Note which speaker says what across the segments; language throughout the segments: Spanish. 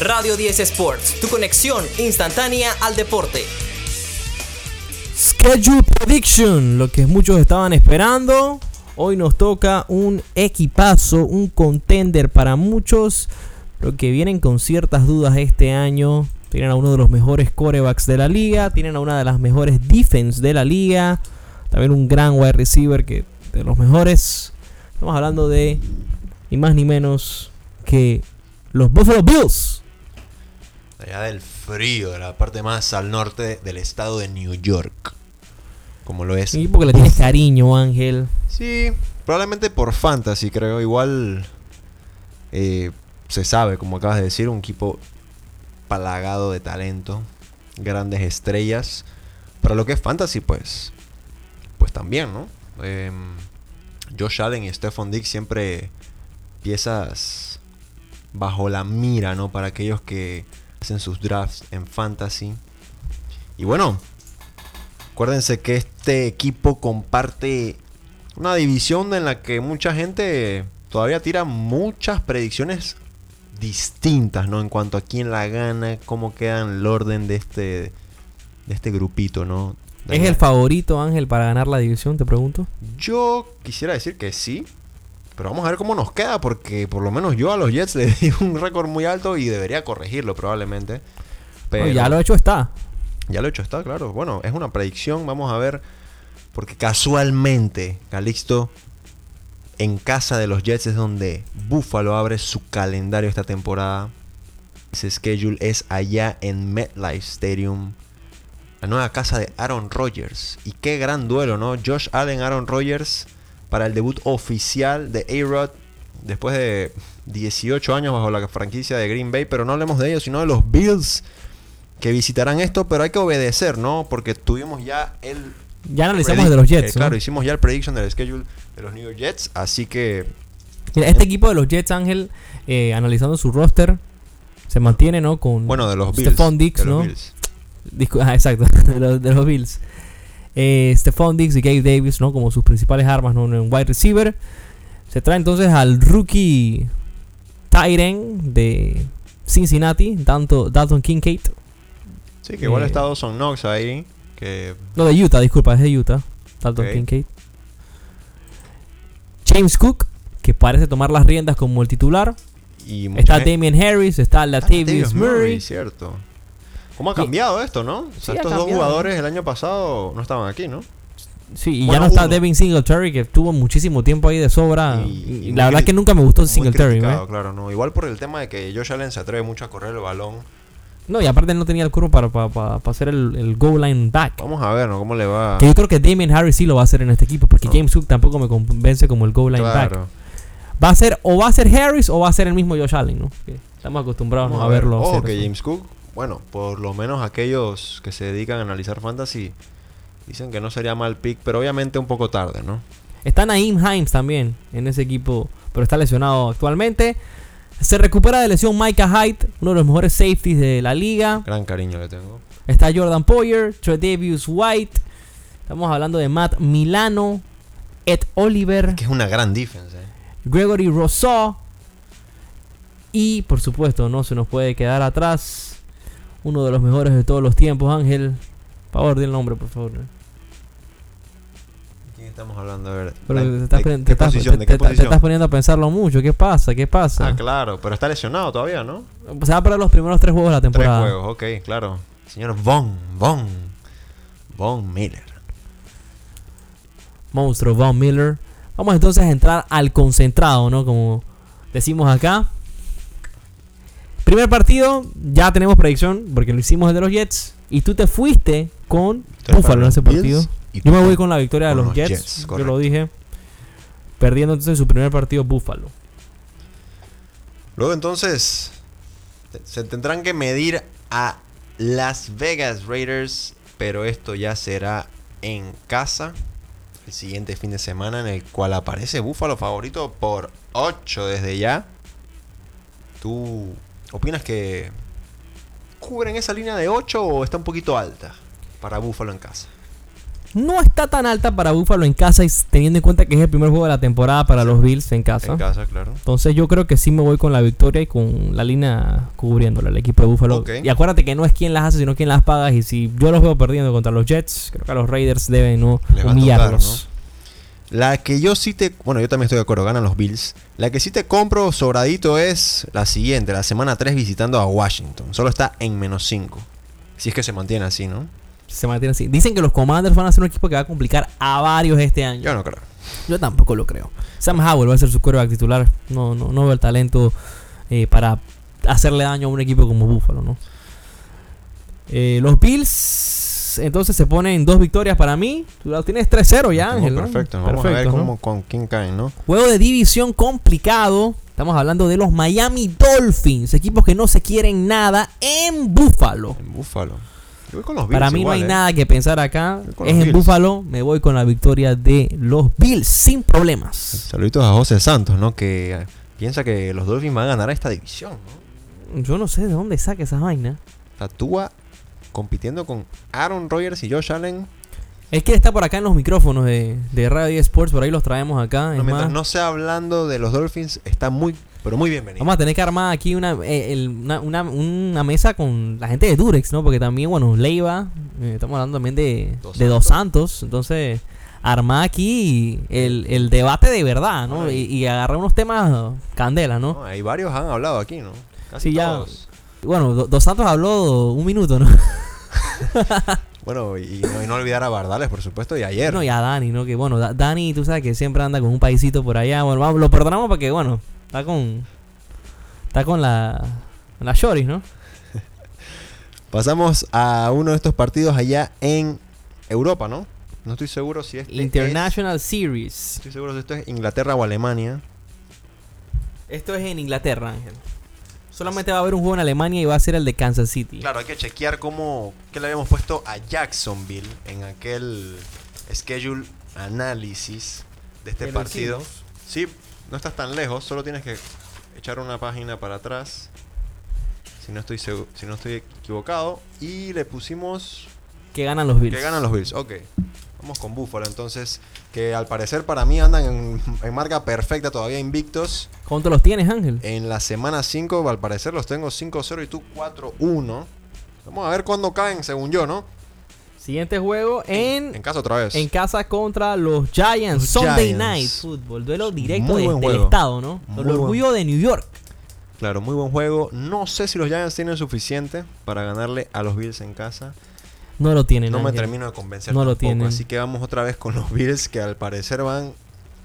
Speaker 1: Radio 10 Sports, tu conexión instantánea al deporte.
Speaker 2: Schedule Prediction, lo que muchos estaban esperando. Hoy nos toca un equipazo, un contender para muchos, pero que vienen con ciertas dudas este año. Tienen a uno de los mejores corebacks de la liga, tienen a una de las mejores defense de la liga, también un gran wide receiver que de los mejores. Estamos hablando de ni más ni menos que los Buffalo Bills.
Speaker 3: Allá del frío, de la parte más al norte del estado de New York. Como lo es.
Speaker 2: Un equipo que le tienes cariño, Ángel.
Speaker 3: Sí, probablemente por fantasy, creo. Igual eh, se sabe, como acabas de decir, un equipo palagado de talento. Grandes estrellas. Para lo que es fantasy, pues. Pues también, ¿no? Eh, Josh Allen y Stephon Dick siempre piezas bajo la mira, ¿no? Para aquellos que hacen sus drafts en fantasy. Y bueno, acuérdense que este equipo comparte una división en la que mucha gente todavía tira muchas predicciones distintas, ¿no? En cuanto a quién la gana, cómo queda en el orden de este, de este grupito, ¿no?
Speaker 2: ¿Es el favorito, Ángel, para ganar la división, te pregunto?
Speaker 3: Yo quisiera decir que sí, pero vamos a ver cómo nos queda, porque por lo menos yo a los Jets le di un récord muy alto y debería corregirlo probablemente. Pero
Speaker 2: No, ya lo hecho está.
Speaker 3: ya lo hecho está, claro. Bueno, es una predicción, vamos a ver. Porque casualmente, Calixto, en casa de los Jets es donde Buffalo abre su calendario esta temporada. Ese schedule es allá en MetLife Stadium. La nueva casa de Aaron Rodgers. Y qué gran duelo, ¿no? Josh Allen, Aaron Rodgers para el debut oficial de A-Rod después de 18 años bajo la franquicia de Green Bay. Pero no hablemos de ellos, sino de los Bills que visitarán esto. Pero hay que obedecer, ¿no? Porque tuvimos ya el.
Speaker 2: Ya analizamos el de los Jets.
Speaker 3: Eh, claro,
Speaker 2: ¿no?
Speaker 3: hicimos ya el prediction del schedule de los New York Jets. Así que
Speaker 2: Mira, este equipo de los Jets, Ángel, eh, analizando su roster, se mantiene, ¿no? Con
Speaker 3: Bueno, de los Bills.
Speaker 2: Stephon Dix,
Speaker 3: de los
Speaker 2: Mm. ¿no?
Speaker 3: Bills.
Speaker 2: Discu- ah, exacto, de los, de los Bills. Eh, Stephon Dix y Gabe Davis, ¿no? Como sus principales armas, ¿no? En wide receiver. Se trae entonces al rookie Tyren de Cincinnati, tanto Dalton Kincaid.
Speaker 3: Sí, que igual
Speaker 2: Eh,
Speaker 3: está Dawson Knox ahí. Que
Speaker 2: No, de Utah, disculpa, es de Utah. Dalton
Speaker 3: Ok.
Speaker 2: Kincaid. James Cook, que parece tomar las riendas como el titular.
Speaker 3: y mucha
Speaker 2: Está
Speaker 3: gente-
Speaker 2: Damian Harris, está
Speaker 3: Ah, eh. Latavius
Speaker 2: Latavius Murray.
Speaker 3: Cierto. ¿Cómo ha
Speaker 2: Y-
Speaker 3: cambiado esto, no? O
Speaker 2: Sí,
Speaker 3: sea,
Speaker 2: ha
Speaker 3: estos dos
Speaker 2: cambiado.
Speaker 3: jugadores el año pasado no estaban aquí, ¿no?
Speaker 2: Sí, y ya
Speaker 3: Bueno,
Speaker 2: no está
Speaker 3: uno.
Speaker 2: Devin Singletary, que tuvo muchísimo tiempo ahí de sobra.
Speaker 3: Y-
Speaker 2: Y,
Speaker 3: y muy
Speaker 2: la verdad
Speaker 3: cri-
Speaker 2: que nunca me gustó
Speaker 3: Muy
Speaker 2: Singletary,
Speaker 3: criticado,
Speaker 2: ¿eh?
Speaker 3: claro, no. Igual por el tema de que Josh Allen se atreve mucho a correr el balón.
Speaker 2: No, y aparte él no tenía el curvo para, para, para- para hacer el, el goal line back.
Speaker 3: Vamos a ver, ¿no? ¿Cómo le va?
Speaker 2: Que yo creo que Damien Harris sí lo va a hacer en este equipo, porque
Speaker 3: No.
Speaker 2: James Cook tampoco me convence como el goal line back.
Speaker 3: Claro.
Speaker 2: Va a ser, o va a ser Harris o va a ser el mismo Josh Allen, ¿no? Que Estamos acostumbrados ¿no?
Speaker 3: Vamos
Speaker 2: a verlo.
Speaker 3: Ojo
Speaker 2: hacer
Speaker 3: que
Speaker 2: eso.
Speaker 3: Oh, James Cook, bueno, por lo menos aquellos que se dedican a analizar fantasy dicen que no sería mal pick, pero obviamente un poco tarde, ¿no?
Speaker 2: Está Naim Himes también en ese equipo, pero está lesionado actualmente. Se recupera de lesión Micah Hyde, uno de los mejores safeties de la liga.
Speaker 3: Gran cariño le tengo.
Speaker 2: Está Jordan Poyer, Tredavious White. Estamos hablando de Matt Milano, Ed Oliver,
Speaker 3: Que es una gran defensa, ¿eh?
Speaker 2: Gregory Rousseau. Y por supuesto, no se nos puede quedar atrás. Uno de los mejores de todos los tiempos, Ángel. Por favor, di el nombre, por favor.
Speaker 3: ¿De quién estamos hablando? A ver.
Speaker 2: Pero
Speaker 3: ¿de-
Speaker 2: te estás
Speaker 3: de
Speaker 2: poniendo- te
Speaker 3: qué
Speaker 2: estás-
Speaker 3: posición?
Speaker 2: te-
Speaker 3: ¿De qué
Speaker 2: te- te
Speaker 3: posición?
Speaker 2: estás poniendo a pensarlo mucho. ¿Qué pasa? ¿Qué pasa?
Speaker 3: Ah, claro, pero está lesionado todavía, ¿no?
Speaker 2: Se va para los primeros tres juegos de la
Speaker 3: Tres
Speaker 2: temporada.
Speaker 3: juegos, ok, claro. Señor Von, Von, Von Miller.
Speaker 2: Monstruo Von Miller. Vamos entonces a entrar al concentrado, ¿no? Como decimos acá. Primer partido, ya tenemos predicción, porque lo hicimos el de los Jets. Y tú te fuiste con Buffalo en ese partido. Yo me voy con la victoria de los,
Speaker 3: con los
Speaker 2: Jets,
Speaker 3: Jets,
Speaker 2: yo
Speaker 3: correcto.
Speaker 2: lo dije. Perdiendo entonces su primer partido Buffalo.
Speaker 3: Luego entonces te- se tendrán que medir a Las Vegas Raiders, pero esto ya será en casa el siguiente fin de semana en el cual aparece Búfalo favorito por 8 desde ya. ¿Tú opinas que cubren esa línea de 8 o está un poquito alta para Búfalo en casa?
Speaker 2: no está tan alta para Buffalo en casa, y teniendo en cuenta que es el primer juego de la temporada para los Bills en casa.
Speaker 3: En casa, claro.
Speaker 2: Entonces yo creo que sí me voy con la victoria y con la línea cubriéndola al equipo de Buffalo.
Speaker 3: Ok.
Speaker 2: Y acuérdate que no es quien las hace, sino quien las paga. Y si yo los veo perdiendo contra los Jets, creo que a los Raiders deben no
Speaker 3: Les va a tocar,
Speaker 2: humillarlos.
Speaker 3: La que yo sí te. Bueno, yo también estoy de acuerdo, ganan los Bills. La que sí te compro sobradito es la siguiente, la semana 3 visitando a Washington. Solo está en menos 5. Si es que se mantiene así, ¿no?
Speaker 2: Se mantiene así. Dicen que los Commanders van a ser un equipo que va a complicar a varios este año.
Speaker 3: Yo no creo.
Speaker 2: Yo tampoco lo creo. Sam Howell va a ser su quarterback titular. No, no, no veo el talento eh, para hacerle daño a un equipo como Buffalo, ¿no? Eh, los Bills entonces se ponen dos victorias para mí. Tú la tienes 3-0 Pues ya,
Speaker 3: Como
Speaker 2: Ángel. ¿no?
Speaker 3: perfecto. Vamos a ver
Speaker 2: Perfecto, ¿no?
Speaker 3: cómo, con quién caen, ¿no?
Speaker 2: Juego de división complicado. Estamos hablando de los Miami Dolphins, equipos que no se quieren nada en Buffalo.
Speaker 3: En Búfalo. Yo voy con los Bills.
Speaker 2: Oh. Para mí no
Speaker 3: igual,
Speaker 2: hay
Speaker 3: ¿eh?
Speaker 2: nada que pensar acá.
Speaker 3: Voy con
Speaker 2: Es
Speaker 3: los
Speaker 2: en
Speaker 3: Bills.
Speaker 2: Buffalo, me voy con la victoria de los Bills sin problemas.
Speaker 3: Saluditos a José Santos, ¿no? Que eh, piensa que los Dolphins van a ganar esta división, ¿no?
Speaker 2: Yo no sé de dónde saca esa vaina.
Speaker 3: Tatúa compitiendo con Aaron Rodgers y Josh Allen.
Speaker 2: Es que está por acá en los micrófonos de, de Radio Sports, por ahí los traemos acá. es
Speaker 3: No, mientras
Speaker 2: más,
Speaker 3: no sea hablando de los Dolphins, está muy, pero muy bienvenido.
Speaker 2: Vamos a tener que armar aquí una, eh, el- una, una- una mesa con la gente de Durex, ¿no? Porque también, bueno, Leiva, eh, estamos hablando también de,
Speaker 3: Dos
Speaker 2: de Dos Santos, entonces armar aquí el, el debate de verdad, ¿no?
Speaker 3: Bueno,
Speaker 2: Y,
Speaker 3: y-
Speaker 2: y agarrar unos temas candela, ¿no?
Speaker 3: No, hay varios han hablado aquí, ¿no? Casi
Speaker 2: Sí, ya.
Speaker 3: todos.
Speaker 2: Bueno, Do- Dos Santos habló un minuto, ¿no?
Speaker 3: Bueno, y, y no, y no olvidar a Bardales, por supuesto, y ayer.
Speaker 2: Bueno, y a Dani, ¿no? Que bueno, Da- Dani, tú sabes que siempre anda con un paisito por allá. Bueno, vamos, lo perdonamos porque, bueno, está con. Está con la. con La Shoris, ¿no?
Speaker 3: Pasamos a uno de estos partidos allá en Europa, ¿no? No estoy seguro si este es...
Speaker 2: International Series.
Speaker 3: Estoy seguro si esto es Inglaterra o Alemania.
Speaker 2: Esto es en Inglaterra, Ángel. Solamente va a haber un juego en Alemania y va a ser el de Kansas City.
Speaker 3: Claro, hay que chequear cómo que le habíamos puesto a Jacksonville en aquel schedule análisis de este
Speaker 2: Que lo
Speaker 3: partido.
Speaker 2: hicimos.
Speaker 3: Sí, no estás tan lejos, solo tienes que echar una página para atrás. Si no estoy segu- si no estoy equivocado y le pusimos
Speaker 2: Que ganan los Bills.
Speaker 3: que ganan los Bills. Ok. Vamos con Buffalo entonces, que al parecer para mí andan en, en marca perfecta todavía invictos.
Speaker 2: ¿Cuánto los tienes, Ángel?
Speaker 3: En la semana 5, al parecer los tengo 5-0 y tú 4-1. Vamos a ver cuándo caen, según yo, ¿no?
Speaker 2: Siguiente juego en.
Speaker 3: En casa otra vez.
Speaker 2: En casa contra los Giants. Sunday
Speaker 3: Giants.
Speaker 2: Night Football. Duelo directo
Speaker 3: Muy
Speaker 2: de-
Speaker 3: buen
Speaker 2: del
Speaker 3: juego.
Speaker 2: Estado, ¿no?
Speaker 3: Muy
Speaker 2: El
Speaker 3: buen-
Speaker 2: orgullo de New York.
Speaker 3: Claro, muy buen juego. No sé si los Giants tienen suficiente para ganarle a los Bills en casa.
Speaker 2: No lo tienen.
Speaker 3: No me
Speaker 2: Ángel.
Speaker 3: termino de convencer
Speaker 2: No lo
Speaker 3: tampoco,
Speaker 2: tienen.
Speaker 3: Así que vamos otra vez con los Bills que al parecer van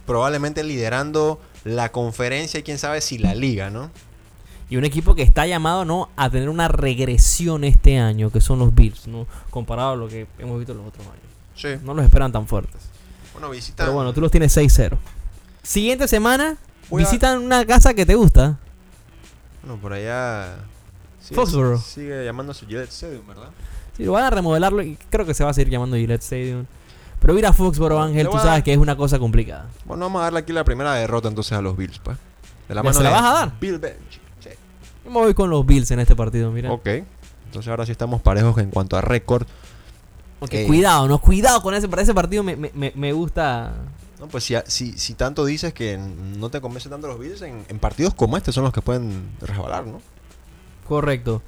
Speaker 3: probablemente liderando la conferencia y quién sabe si la liga, ¿no?
Speaker 2: Y un equipo que está llamado ¿no? a tener una regresión este año, que son los Bills, ¿no? comparado a lo que hemos visto los otros años.
Speaker 3: Sí.
Speaker 2: No los esperan tan fuertes.
Speaker 3: Bueno, visitan.
Speaker 2: Pero bueno, tú los tienes 6-0. Siguiente semana,
Speaker 3: Voy a-
Speaker 2: visitan una casa que te gusta.
Speaker 3: Bueno, por allá. sigue-
Speaker 2: Foxborough.
Speaker 3: Sigue llamándose Gillette Stadium, ¿verdad?
Speaker 2: Sí, lo van a remodelarlo y creo que se va a seguir llamando Gillette Stadium. Pero ir a Foxboro, Ángel,
Speaker 3: Le
Speaker 2: tú
Speaker 3: voy a
Speaker 2: sabes
Speaker 3: dar-
Speaker 2: que es una cosa complicada.
Speaker 3: Bueno, vamos a darle aquí la primera derrota entonces a los Bills, pa. De
Speaker 2: ¿Ya se la
Speaker 3: de
Speaker 2: vas a dar?
Speaker 3: Bill Bench. Sí.
Speaker 2: Yo me voy con los Bills en este partido, mira.
Speaker 3: Ok. Entonces ahora sí estamos parejos en cuanto a récord.
Speaker 2: Ok,
Speaker 3: eh.
Speaker 2: cuidado, no, cuidado con ese, para ese partido me, me- me- me gusta.
Speaker 3: No, pues si, si, si tanto dices que no te convence tanto los Bills, en, en partidos como este son los que pueden resbalar, ¿no?
Speaker 2: Correcto.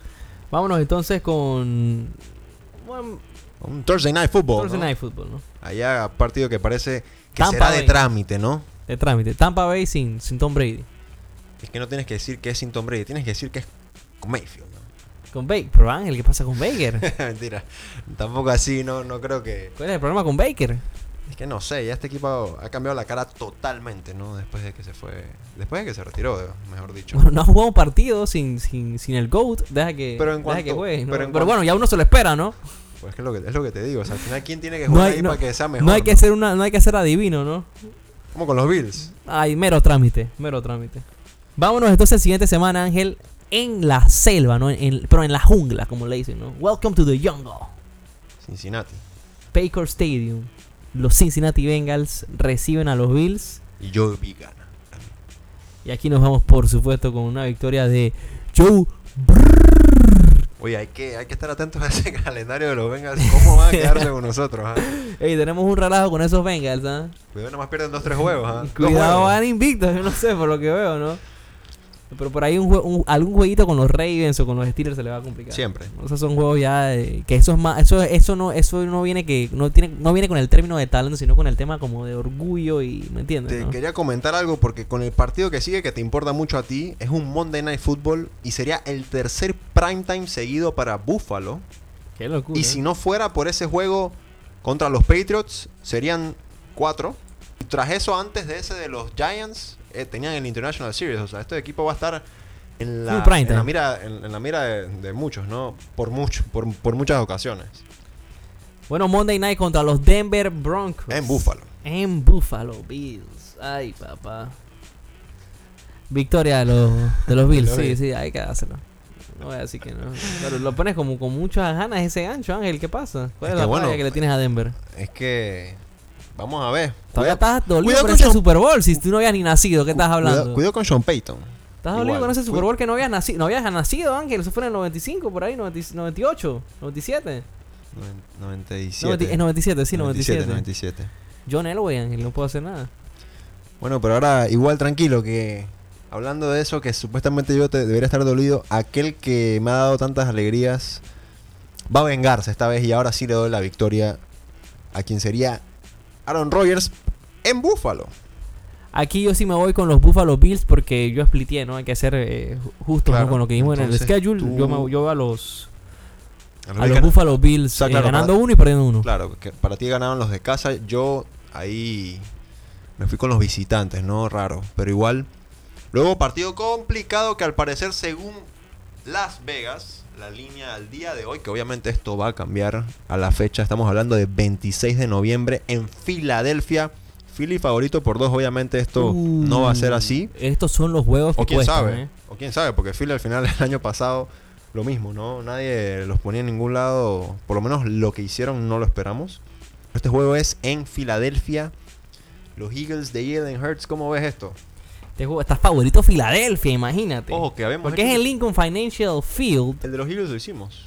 Speaker 2: Vámonos entonces con. Bueno,
Speaker 3: Un Thursday Night Football.
Speaker 2: Thursday
Speaker 3: ¿no?
Speaker 2: Night Football, ¿no?
Speaker 3: Allá partido que parece que
Speaker 2: Tampa
Speaker 3: será de
Speaker 2: Bay.
Speaker 3: trámite, ¿no?
Speaker 2: De trámite. Tampa Bay sin, sin Tom Brady.
Speaker 3: Es que no tienes que decir que es sin Tom Brady, tienes que decir que es con Mayfield. ¿no?
Speaker 2: Con Baker. Pero Ángel, ¿qué pasa con Baker?
Speaker 3: Mentira. Tampoco así, no, no creo que.
Speaker 2: ¿Cuál es el problema con Baker?
Speaker 3: Es que no sé, ya este equipo ha cambiado la cara totalmente, ¿no? Después de que se fue. Después de que se retiró, eh, mejor dicho.
Speaker 2: Bueno, no ha jugado un partido sin, sin, sin el GOAT. Deja que,
Speaker 3: Pero en
Speaker 2: deja que
Speaker 3: cuanto-
Speaker 2: juegue, ¿no?
Speaker 3: pero
Speaker 2: Pero
Speaker 3: en cuanto-
Speaker 2: bueno, ya uno se lo espera, ¿no?
Speaker 3: Pues es, que lo que, es lo que te digo. O sea, al final, ¿quién tiene que
Speaker 2: No
Speaker 3: jugar
Speaker 2: hay,
Speaker 3: ahí
Speaker 2: no-
Speaker 3: para que sea
Speaker 2: no
Speaker 3: mejor?
Speaker 2: hay que ser una, no hay que ser adivino, ¿no?
Speaker 3: Como con los Bills.
Speaker 2: Ay, mero trámite, mero trámite. Vámonos entonces siguiente semana, Ángel, en la selva, ¿no? En- en- pero en la jungla, como le dicen, ¿no? Welcome to the jungle.
Speaker 3: Cincinnati.
Speaker 2: Baker Stadium. Los Cincinnati Bengals reciben a los Bills.
Speaker 3: Y yo vi gana.
Speaker 2: Y aquí nos vamos, por supuesto, con una victoria de Joe
Speaker 3: Oye, hay que, hay que estar atentos a ese calendario de los Bengals. ¿Cómo van a quedarse con nosotros? ah?
Speaker 2: Ey, tenemos un relajo con esos Bengals, ¿ah?
Speaker 3: Cuidado, nomás pierden dos, tres juegos. ah. Dos
Speaker 2: Cuidado,
Speaker 3: juegos.
Speaker 2: van invictos, yo no sé, por lo que veo, ¿no? Pero por ahí un jue- un- algún jueguito con los Ravens o con los Steelers se le va a complicar.
Speaker 3: Siempre.
Speaker 2: O sea, son juegos ya de- que eso es más eso eso no eso no viene que no tiene no viene con el término de talento, sino con el tema como de orgullo y ¿me entiendes?
Speaker 3: Te
Speaker 2: no?
Speaker 3: quería comentar algo porque con el partido que sigue que te importa mucho a ti es un Monday Night Football y sería el tercer primetime seguido para Buffalo.
Speaker 2: Qué locura. ¿eh?
Speaker 3: Y si no fuera por ese juego contra los Patriots, serían cuatro. Y tras eso, antes de ese de los Giants, eh, tenían el International Series. O sea, este equipo va a estar en la,
Speaker 2: Full prime
Speaker 3: en la
Speaker 2: time.
Speaker 3: mira, en, en la mira de, de muchos, ¿no? Por, mucho, por, por muchas ocasiones.
Speaker 2: Bueno, Monday Night contra los Denver Broncos.
Speaker 3: En Buffalo.
Speaker 2: En Buffalo Bills. Ay, papá. Victoria de los, de los Bills.
Speaker 3: Los
Speaker 2: sí,
Speaker 3: Bills.
Speaker 2: sí, hay que dárselo. No voy a decir que no. Pero lo pones como con muchas ganas ese gancho, Ángel. ¿Qué pasa? ¿Cuál es,
Speaker 3: Es que
Speaker 2: la
Speaker 3: bueno,
Speaker 2: falla que le tienes a Denver?
Speaker 3: Es que. Vamos a ver.
Speaker 2: Todavía estás dolido
Speaker 3: cuidado
Speaker 2: con
Speaker 3: con
Speaker 2: ese
Speaker 3: Sean-
Speaker 2: Super Bowl si tú no habías ni nacido. ¿Qué estás hablando?
Speaker 3: Cuidado, cuidado con Sean Payton.
Speaker 2: Estás dolido
Speaker 3: Igual.
Speaker 2: con ese
Speaker 3: Cu-
Speaker 2: Super Bowl que no habías nacido. No habías nacido, Ángel. Eso fue en el 95, por ahí, 90 98, 97.
Speaker 3: Noven-
Speaker 2: Noventa-
Speaker 3: 97.
Speaker 2: es 97, sí, 97.
Speaker 3: 97.
Speaker 2: John Elway, Ángel. No puedo hacer nada.
Speaker 3: Bueno, pero ahora igual tranquilo que hablando de eso que supuestamente yo te debería estar dolido, aquel que me ha dado tantas alegrías va a vengarse esta vez y ahora sí le doy la victoria a quien sería Aaron Rodgers en Búfalo.
Speaker 2: Aquí yo sí me voy con los Buffalo Bills porque yo spliteé, ¿no? Hay que ser eh, ju- justos
Speaker 3: Claro,
Speaker 2: ¿no? con lo que dijimos en el
Speaker 3: entonces
Speaker 2: schedule.
Speaker 3: tú-
Speaker 2: Yo, me, yo a los, a los
Speaker 3: Americano.
Speaker 2: Buffalo Bills
Speaker 3: O sea,
Speaker 2: eh,
Speaker 3: claro,
Speaker 2: ganando
Speaker 3: para-
Speaker 2: uno y perdiendo uno.
Speaker 3: Claro, que para ti ganaron los de casa, yo ahí me fui con los visitantes, ¿no? Raro, pero igual. Luego partido complicado que al parecer según Las Vegas, la línea al día de hoy, que obviamente esto va a cambiar a la fecha, estamos hablando de 26 de noviembre en Filadelfia. Philly favorito por dos, obviamente esto no va a ser
Speaker 2: Uh,
Speaker 3: así.
Speaker 2: Estos son los juegos
Speaker 3: O
Speaker 2: que
Speaker 3: quién
Speaker 2: cuestan,
Speaker 3: sabe,
Speaker 2: ¿eh?
Speaker 3: o quién sabe, porque Philly al final del año pasado lo mismo, ¿no? Nadie los ponía en ningún lado, por lo menos lo que hicieron no lo esperamos. Este juego es en Filadelfia. Los Eagles de Jalen Hurts, ¿cómo ves esto?
Speaker 2: Este juego- estás favorito Filadelfia, imagínate.
Speaker 3: Ojo, que habíamos
Speaker 2: porque
Speaker 3: hecho-
Speaker 2: es el Lincoln Financial Field.
Speaker 3: El de los Eagles lo hicimos.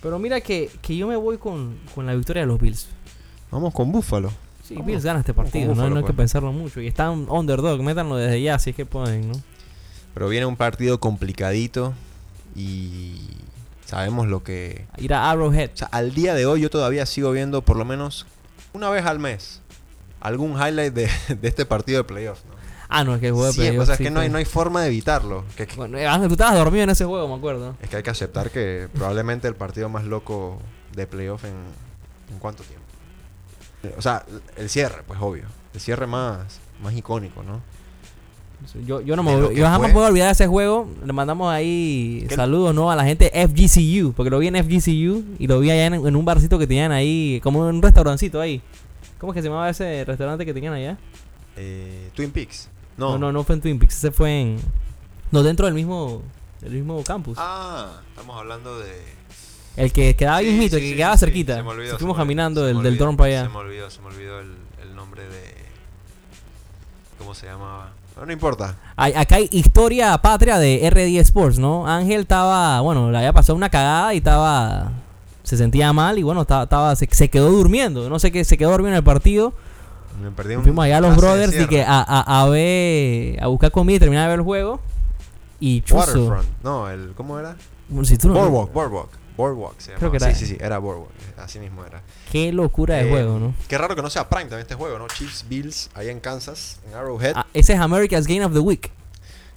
Speaker 2: Pero mira que, que yo me voy con, con la victoria de los Bills.
Speaker 3: Vamos con Búfalo.
Speaker 2: Sí,
Speaker 3: Vamos.
Speaker 2: Bills gana este
Speaker 3: Vamos con
Speaker 2: partido, ¿no?
Speaker 3: Buffalo,
Speaker 2: no hay que
Speaker 3: pues.
Speaker 2: pensarlo mucho. Y están underdog, métanlo desde ya si es que pueden, ¿no?
Speaker 3: Pero viene un partido complicadito y sabemos lo que...
Speaker 2: Ir a Arrowhead.
Speaker 3: O sea, al día de hoy yo todavía sigo viendo por lo menos una vez al mes algún highlight de, de este partido de playoffs, ¿no?
Speaker 2: Ah, no, es que el juego de
Speaker 3: Sí, o
Speaker 2: playoff
Speaker 3: sea, es
Speaker 2: sí
Speaker 3: que no hay,
Speaker 2: fue-
Speaker 3: no hay forma de evitarlo. Que- que-
Speaker 2: Bueno, eh, Ángel, tú estabas dormido en ese juego, me acuerdo.
Speaker 3: es que hay que aceptar que probablemente el partido más loco de playoff en, en cuánto tiempo. O sea, el cierre, pues obvio. El cierre más, más icónico, ¿no?
Speaker 2: Yo, yo no me
Speaker 3: De lo
Speaker 2: voy-
Speaker 3: que
Speaker 2: yo jamás
Speaker 3: fue.
Speaker 2: puedo olvidar ese juego. Le mandamos ahí
Speaker 3: ¿Qué?
Speaker 2: saludos, ¿no? A la gente de FGCU, porque lo vi en FGCU y lo vi allá en, en un barcito que tenían ahí, como en un restaurancito ahí. ¿Cómo es que se llamaba ese restaurante que tenían allá?
Speaker 3: Eh, Twin Peaks.
Speaker 2: No,
Speaker 3: No.
Speaker 2: no, no fue en Twin Peaks, ese fue en. No, dentro del mismo del mismo campus.
Speaker 3: Ah, estamos hablando de.
Speaker 2: El que quedaba ahí
Speaker 3: Sí,
Speaker 2: Ah, mismito,
Speaker 3: sí,
Speaker 2: el que
Speaker 3: sí,
Speaker 2: quedaba
Speaker 3: sí,
Speaker 2: cerquita.
Speaker 3: se me olvidó,
Speaker 2: Se
Speaker 3: se
Speaker 2: fuimos
Speaker 3: me olvidó,
Speaker 2: caminando
Speaker 3: se
Speaker 2: del,
Speaker 3: me
Speaker 2: del
Speaker 3: olvidó,
Speaker 2: dron para allá.
Speaker 3: Se me olvidó, se me olvidó el, el nombre de. ¿Cómo se llamaba? Pero no importa.
Speaker 2: Hay- acá hay historia patria de R10 Sports, ¿no? Ángel estaba, bueno, le había pasado una cagada y estaba, se sentía mal y bueno, estaba, estaba se, se quedó durmiendo. No sé qué, se quedó dormido en el partido.
Speaker 3: Me perdí un.
Speaker 2: Fuimos allá a los
Speaker 3: clase de
Speaker 2: brothers y
Speaker 3: Mm,
Speaker 2: que
Speaker 3: cierre.
Speaker 2: ah, a, a, a ver, a buscar comida y terminar de ver el juego. Y chuzo.
Speaker 3: Waterfront. No, el. ¿Cómo era?
Speaker 2: Bueno, si tú no-
Speaker 3: Boardwalk, Boardwalk. Boardwalk se
Speaker 2: Creo
Speaker 3: llamaba.
Speaker 2: que era-
Speaker 3: Sí, sí, sí, era Boardwalk. Así mismo era.
Speaker 2: Qué locura de
Speaker 3: Eh,
Speaker 2: juego, ¿no?
Speaker 3: Qué raro que no sea Prime también este juego, ¿no? Chiefs, Bills, allá en Kansas, en Arrowhead.
Speaker 2: Ah, ese es America's Game of the Week.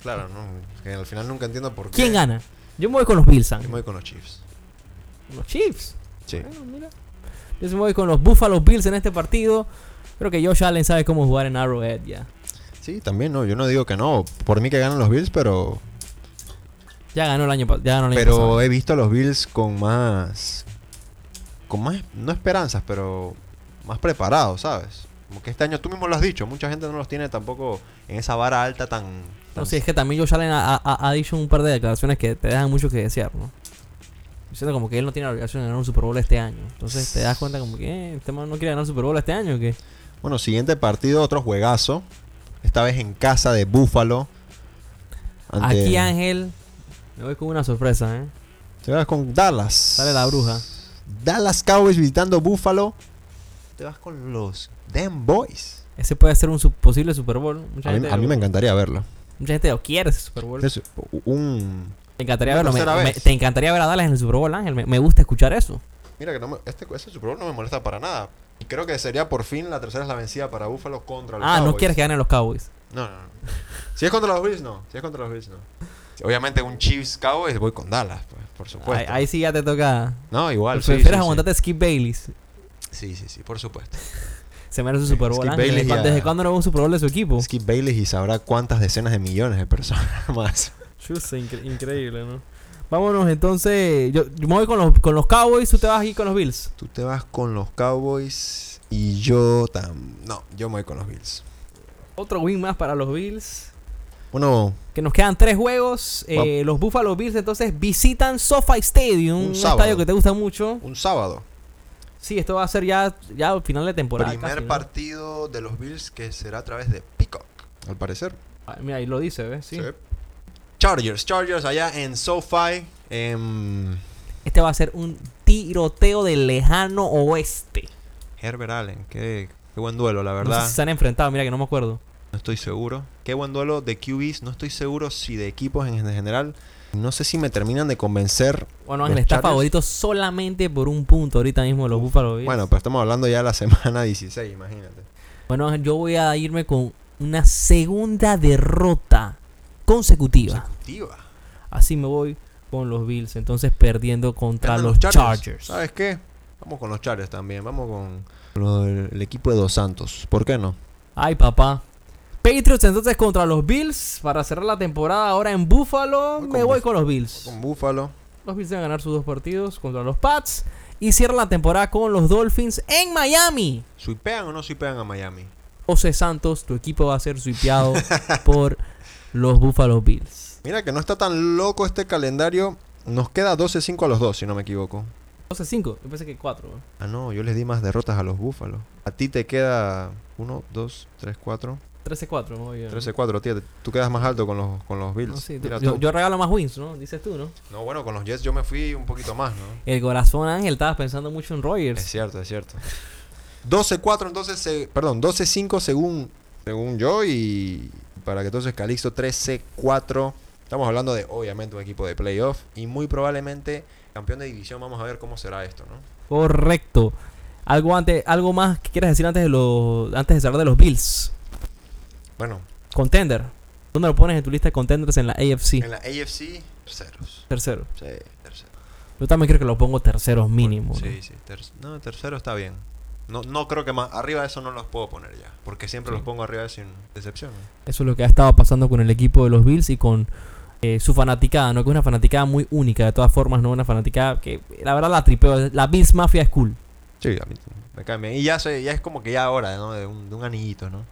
Speaker 3: Claro, no, que al final nunca entiendo por qué.
Speaker 2: ¿Quién gana? Yo me voy con los Bills,
Speaker 3: Eh. Yo
Speaker 2: Ángel.
Speaker 3: me voy con los Chiefs.
Speaker 2: Los Chiefs.
Speaker 3: Sí.
Speaker 2: Bueno, mira. Yo se me voy con los Buffalo Bills en este partido. Creo que Josh Allen sabe cómo jugar en Arrowhead ya.
Speaker 3: Sí, también, no. Yo no digo que no. Por mí que ganan los Bills, pero.
Speaker 2: Ya ganó el año, pa- ya ganó el año pasado.
Speaker 3: Pero he visto a los Bills con más. Con más. No esperanzas, pero. Más preparados, ¿sabes? Como que este año tú mismo lo has dicho. Mucha gente no los tiene tampoco en esa vara alta tan. tan-
Speaker 2: No sé, es que también Josh Allen ha, ha- ha dicho un par de declaraciones que te dejan mucho que desear, ¿no? Diciendo como que él no tiene la obligación de ganar un Super Bowl este año. Entonces te das cuenta como que, eh, este man no quiere ganar un Super Bowl este año, que
Speaker 3: Bueno, siguiente partido, otro juegazo. Esta vez en casa de Búfalo. Ante-
Speaker 2: Aquí Ángel, me voy con una sorpresa, ¿eh?
Speaker 3: Te vas con Dallas.
Speaker 2: Sale la bruja.
Speaker 3: Dallas Cowboys visitando Buffalo. Te vas con los Damn Boys.
Speaker 2: Ese puede ser un su- posible Super Bowl. Mucha,
Speaker 3: A mí,
Speaker 2: gente,
Speaker 3: a mí
Speaker 2: lo,
Speaker 3: me encantaría verlo.
Speaker 2: mucha gente lo quiere ese Super Bowl.
Speaker 3: Es un...
Speaker 2: Te encantaría
Speaker 3: Una
Speaker 2: verlo. me-
Speaker 3: tercera
Speaker 2: me-
Speaker 3: vez.
Speaker 2: te encantaría ver a Dallas en el Super Bowl, Ángel. Me, me gusta escuchar eso.
Speaker 3: Mira que no me- este, este Super Bowl no me molesta para nada. Y creo que sería por fin la tercera es la vencida para Buffalo contra los
Speaker 2: Ah, no
Speaker 3: Cowboys.
Speaker 2: quieres que ganen los Cowboys.
Speaker 3: No, no, no. Si es contra los Bills, no. Si es contra los Bills, no. Obviamente un Chiefs Cowboys voy con Dallas, pues, por
Speaker 2: Ahí,
Speaker 3: supuesto.
Speaker 2: ahí sí ya te toca.
Speaker 3: No, igual. sí,
Speaker 2: Prefieres
Speaker 3: sí, sí.
Speaker 2: aguantarte Skip Bayless.
Speaker 3: Sí, sí, sí, por supuesto.
Speaker 2: Se merece un Super Bowl.
Speaker 3: Skip
Speaker 2: Ángel.
Speaker 3: Bayless
Speaker 2: ¿Desde,
Speaker 3: ya-
Speaker 2: desde cuándo no hubo un Super Bowl de su equipo?
Speaker 3: Skip Bailey y sabrá cuántas decenas de millones de personas más.
Speaker 2: Chusa, incre- increíble, ¿no? Vámonos entonces. Yo, yo me voy con los, con los Cowboys, tú te vas aquí con los Bills.
Speaker 3: Tú te vas con los Cowboys y yo tam... No, yo me voy con los Bills.
Speaker 2: Otro win más para los Bills.
Speaker 3: Bueno,
Speaker 2: Que nos quedan tres juegos. Eh, los Buffalo Bills entonces visitan SoFi Stadium,
Speaker 3: Un
Speaker 2: un,
Speaker 3: sábado.
Speaker 2: estadio que te gusta mucho.
Speaker 3: un sábado.
Speaker 2: Sí, esto va a ser ya, ya al final de temporada.
Speaker 3: Primer
Speaker 2: casi, ¿no?
Speaker 3: partido de los Bills que será a través de Peacock, al parecer.
Speaker 2: Ah, Mira, ahí lo dice, ¿ves? Sí.
Speaker 3: Sí. Chargers, Chargers allá en SoFi. em,
Speaker 2: Este va a ser un tiroteo del lejano oeste.
Speaker 3: Herbert Allen, qué, qué buen duelo, la
Speaker 2: No sé
Speaker 3: verdad.
Speaker 2: si se han enfrentado, mira que no me acuerdo.
Speaker 3: No estoy seguro. Qué buen duelo de QBs. No estoy seguro si de equipos en general. No sé si me terminan de convencer.
Speaker 2: Bueno,
Speaker 3: Los
Speaker 2: Ángel está
Speaker 3: Chargers.
Speaker 2: favorito solamente por un punto ahorita mismo los Buffalo Bills.
Speaker 3: Bueno, pero estamos hablando ya de la semana 16, imagínate.
Speaker 2: Bueno, Ángel, yo voy a irme con una segunda derrota consecutiva.
Speaker 3: Consecutiva.
Speaker 2: Así me voy con los Bills, entonces perdiendo contra
Speaker 3: Ganan
Speaker 2: los Chargers.
Speaker 3: ¿Sabes qué? Vamos con los Chargers también. Vamos con lo del- el equipo de Dos Santos. ¿Por qué no?
Speaker 2: Ay, papá. Patriots entonces contra los Bills para cerrar la temporada ahora en Buffalo.
Speaker 3: Voy con
Speaker 2: me voy
Speaker 3: Buff-
Speaker 2: con los Bills.
Speaker 3: Con Buffalo.
Speaker 2: Los Bills deben ganar sus dos partidos contra los Pats y cierra la temporada con los Dolphins en Miami.
Speaker 3: ¿Suipean o no suipean a Miami?
Speaker 2: José Santos, tu equipo va a ser suipeado por los Buffalo Bills.
Speaker 3: Mira que no está tan loco este calendario. Nos queda 12-5 a los dos, si no me equivoco.
Speaker 2: 12-5, yo pensé que 4.
Speaker 3: Ah, no, yo les di más derrotas a los Búfalos. A ti te queda 1, 2, 3, 4.
Speaker 2: 13-4, me voy a-
Speaker 3: 13, 4, tía. Tú quedas más alto con los, con los Bills.
Speaker 2: No, sí, tú-
Speaker 3: Mira
Speaker 2: yo,
Speaker 3: tú.
Speaker 2: yo regalo más wins, ¿no? Dices tú, ¿no?
Speaker 3: No, bueno, con los Jets yo me fui un poquito más, ¿no?
Speaker 2: El corazón Ángel, estabas pensando mucho en Rogers.
Speaker 3: Es cierto, es cierto. 12-4, entonces, se- perdón, 12-5 según, según yo y para que entonces Calixto 13-4. Estamos hablando de, obviamente, un equipo de playoff y muy probablemente campeón de división. Vamos a ver cómo será esto, ¿no?
Speaker 2: Correcto. Algo antes, algo más que quieras decir antes de los antes de cerrar de los Bills.
Speaker 3: Bueno,
Speaker 2: Contender. ¿Dónde lo pones en tu lista de contenders en la AFC?
Speaker 3: en la AFC, terceros.
Speaker 2: Tercero.
Speaker 3: Sí, terceros.
Speaker 2: Yo también creo que lo pongo terceros mínimo. ¿no?
Speaker 3: Sí, sí. ter- no, tercero está bien. No, no creo que más. Arriba de eso no los puedo poner ya. Porque siempre
Speaker 2: Sí.
Speaker 3: los pongo arriba de sin decepción.
Speaker 2: Eso es lo que ha estado pasando con el equipo de los Bills y con eh, su fanaticada, ¿no? Que es una fanaticada muy única, de todas formas, ¿no? Una fanaticada que la verdad la tripeo. La Bills Mafia es cool.
Speaker 3: Sí, a mí me cambian. Y ya, soy- ya es como que ya ahora, ¿no? De un, de un anillito, ¿no?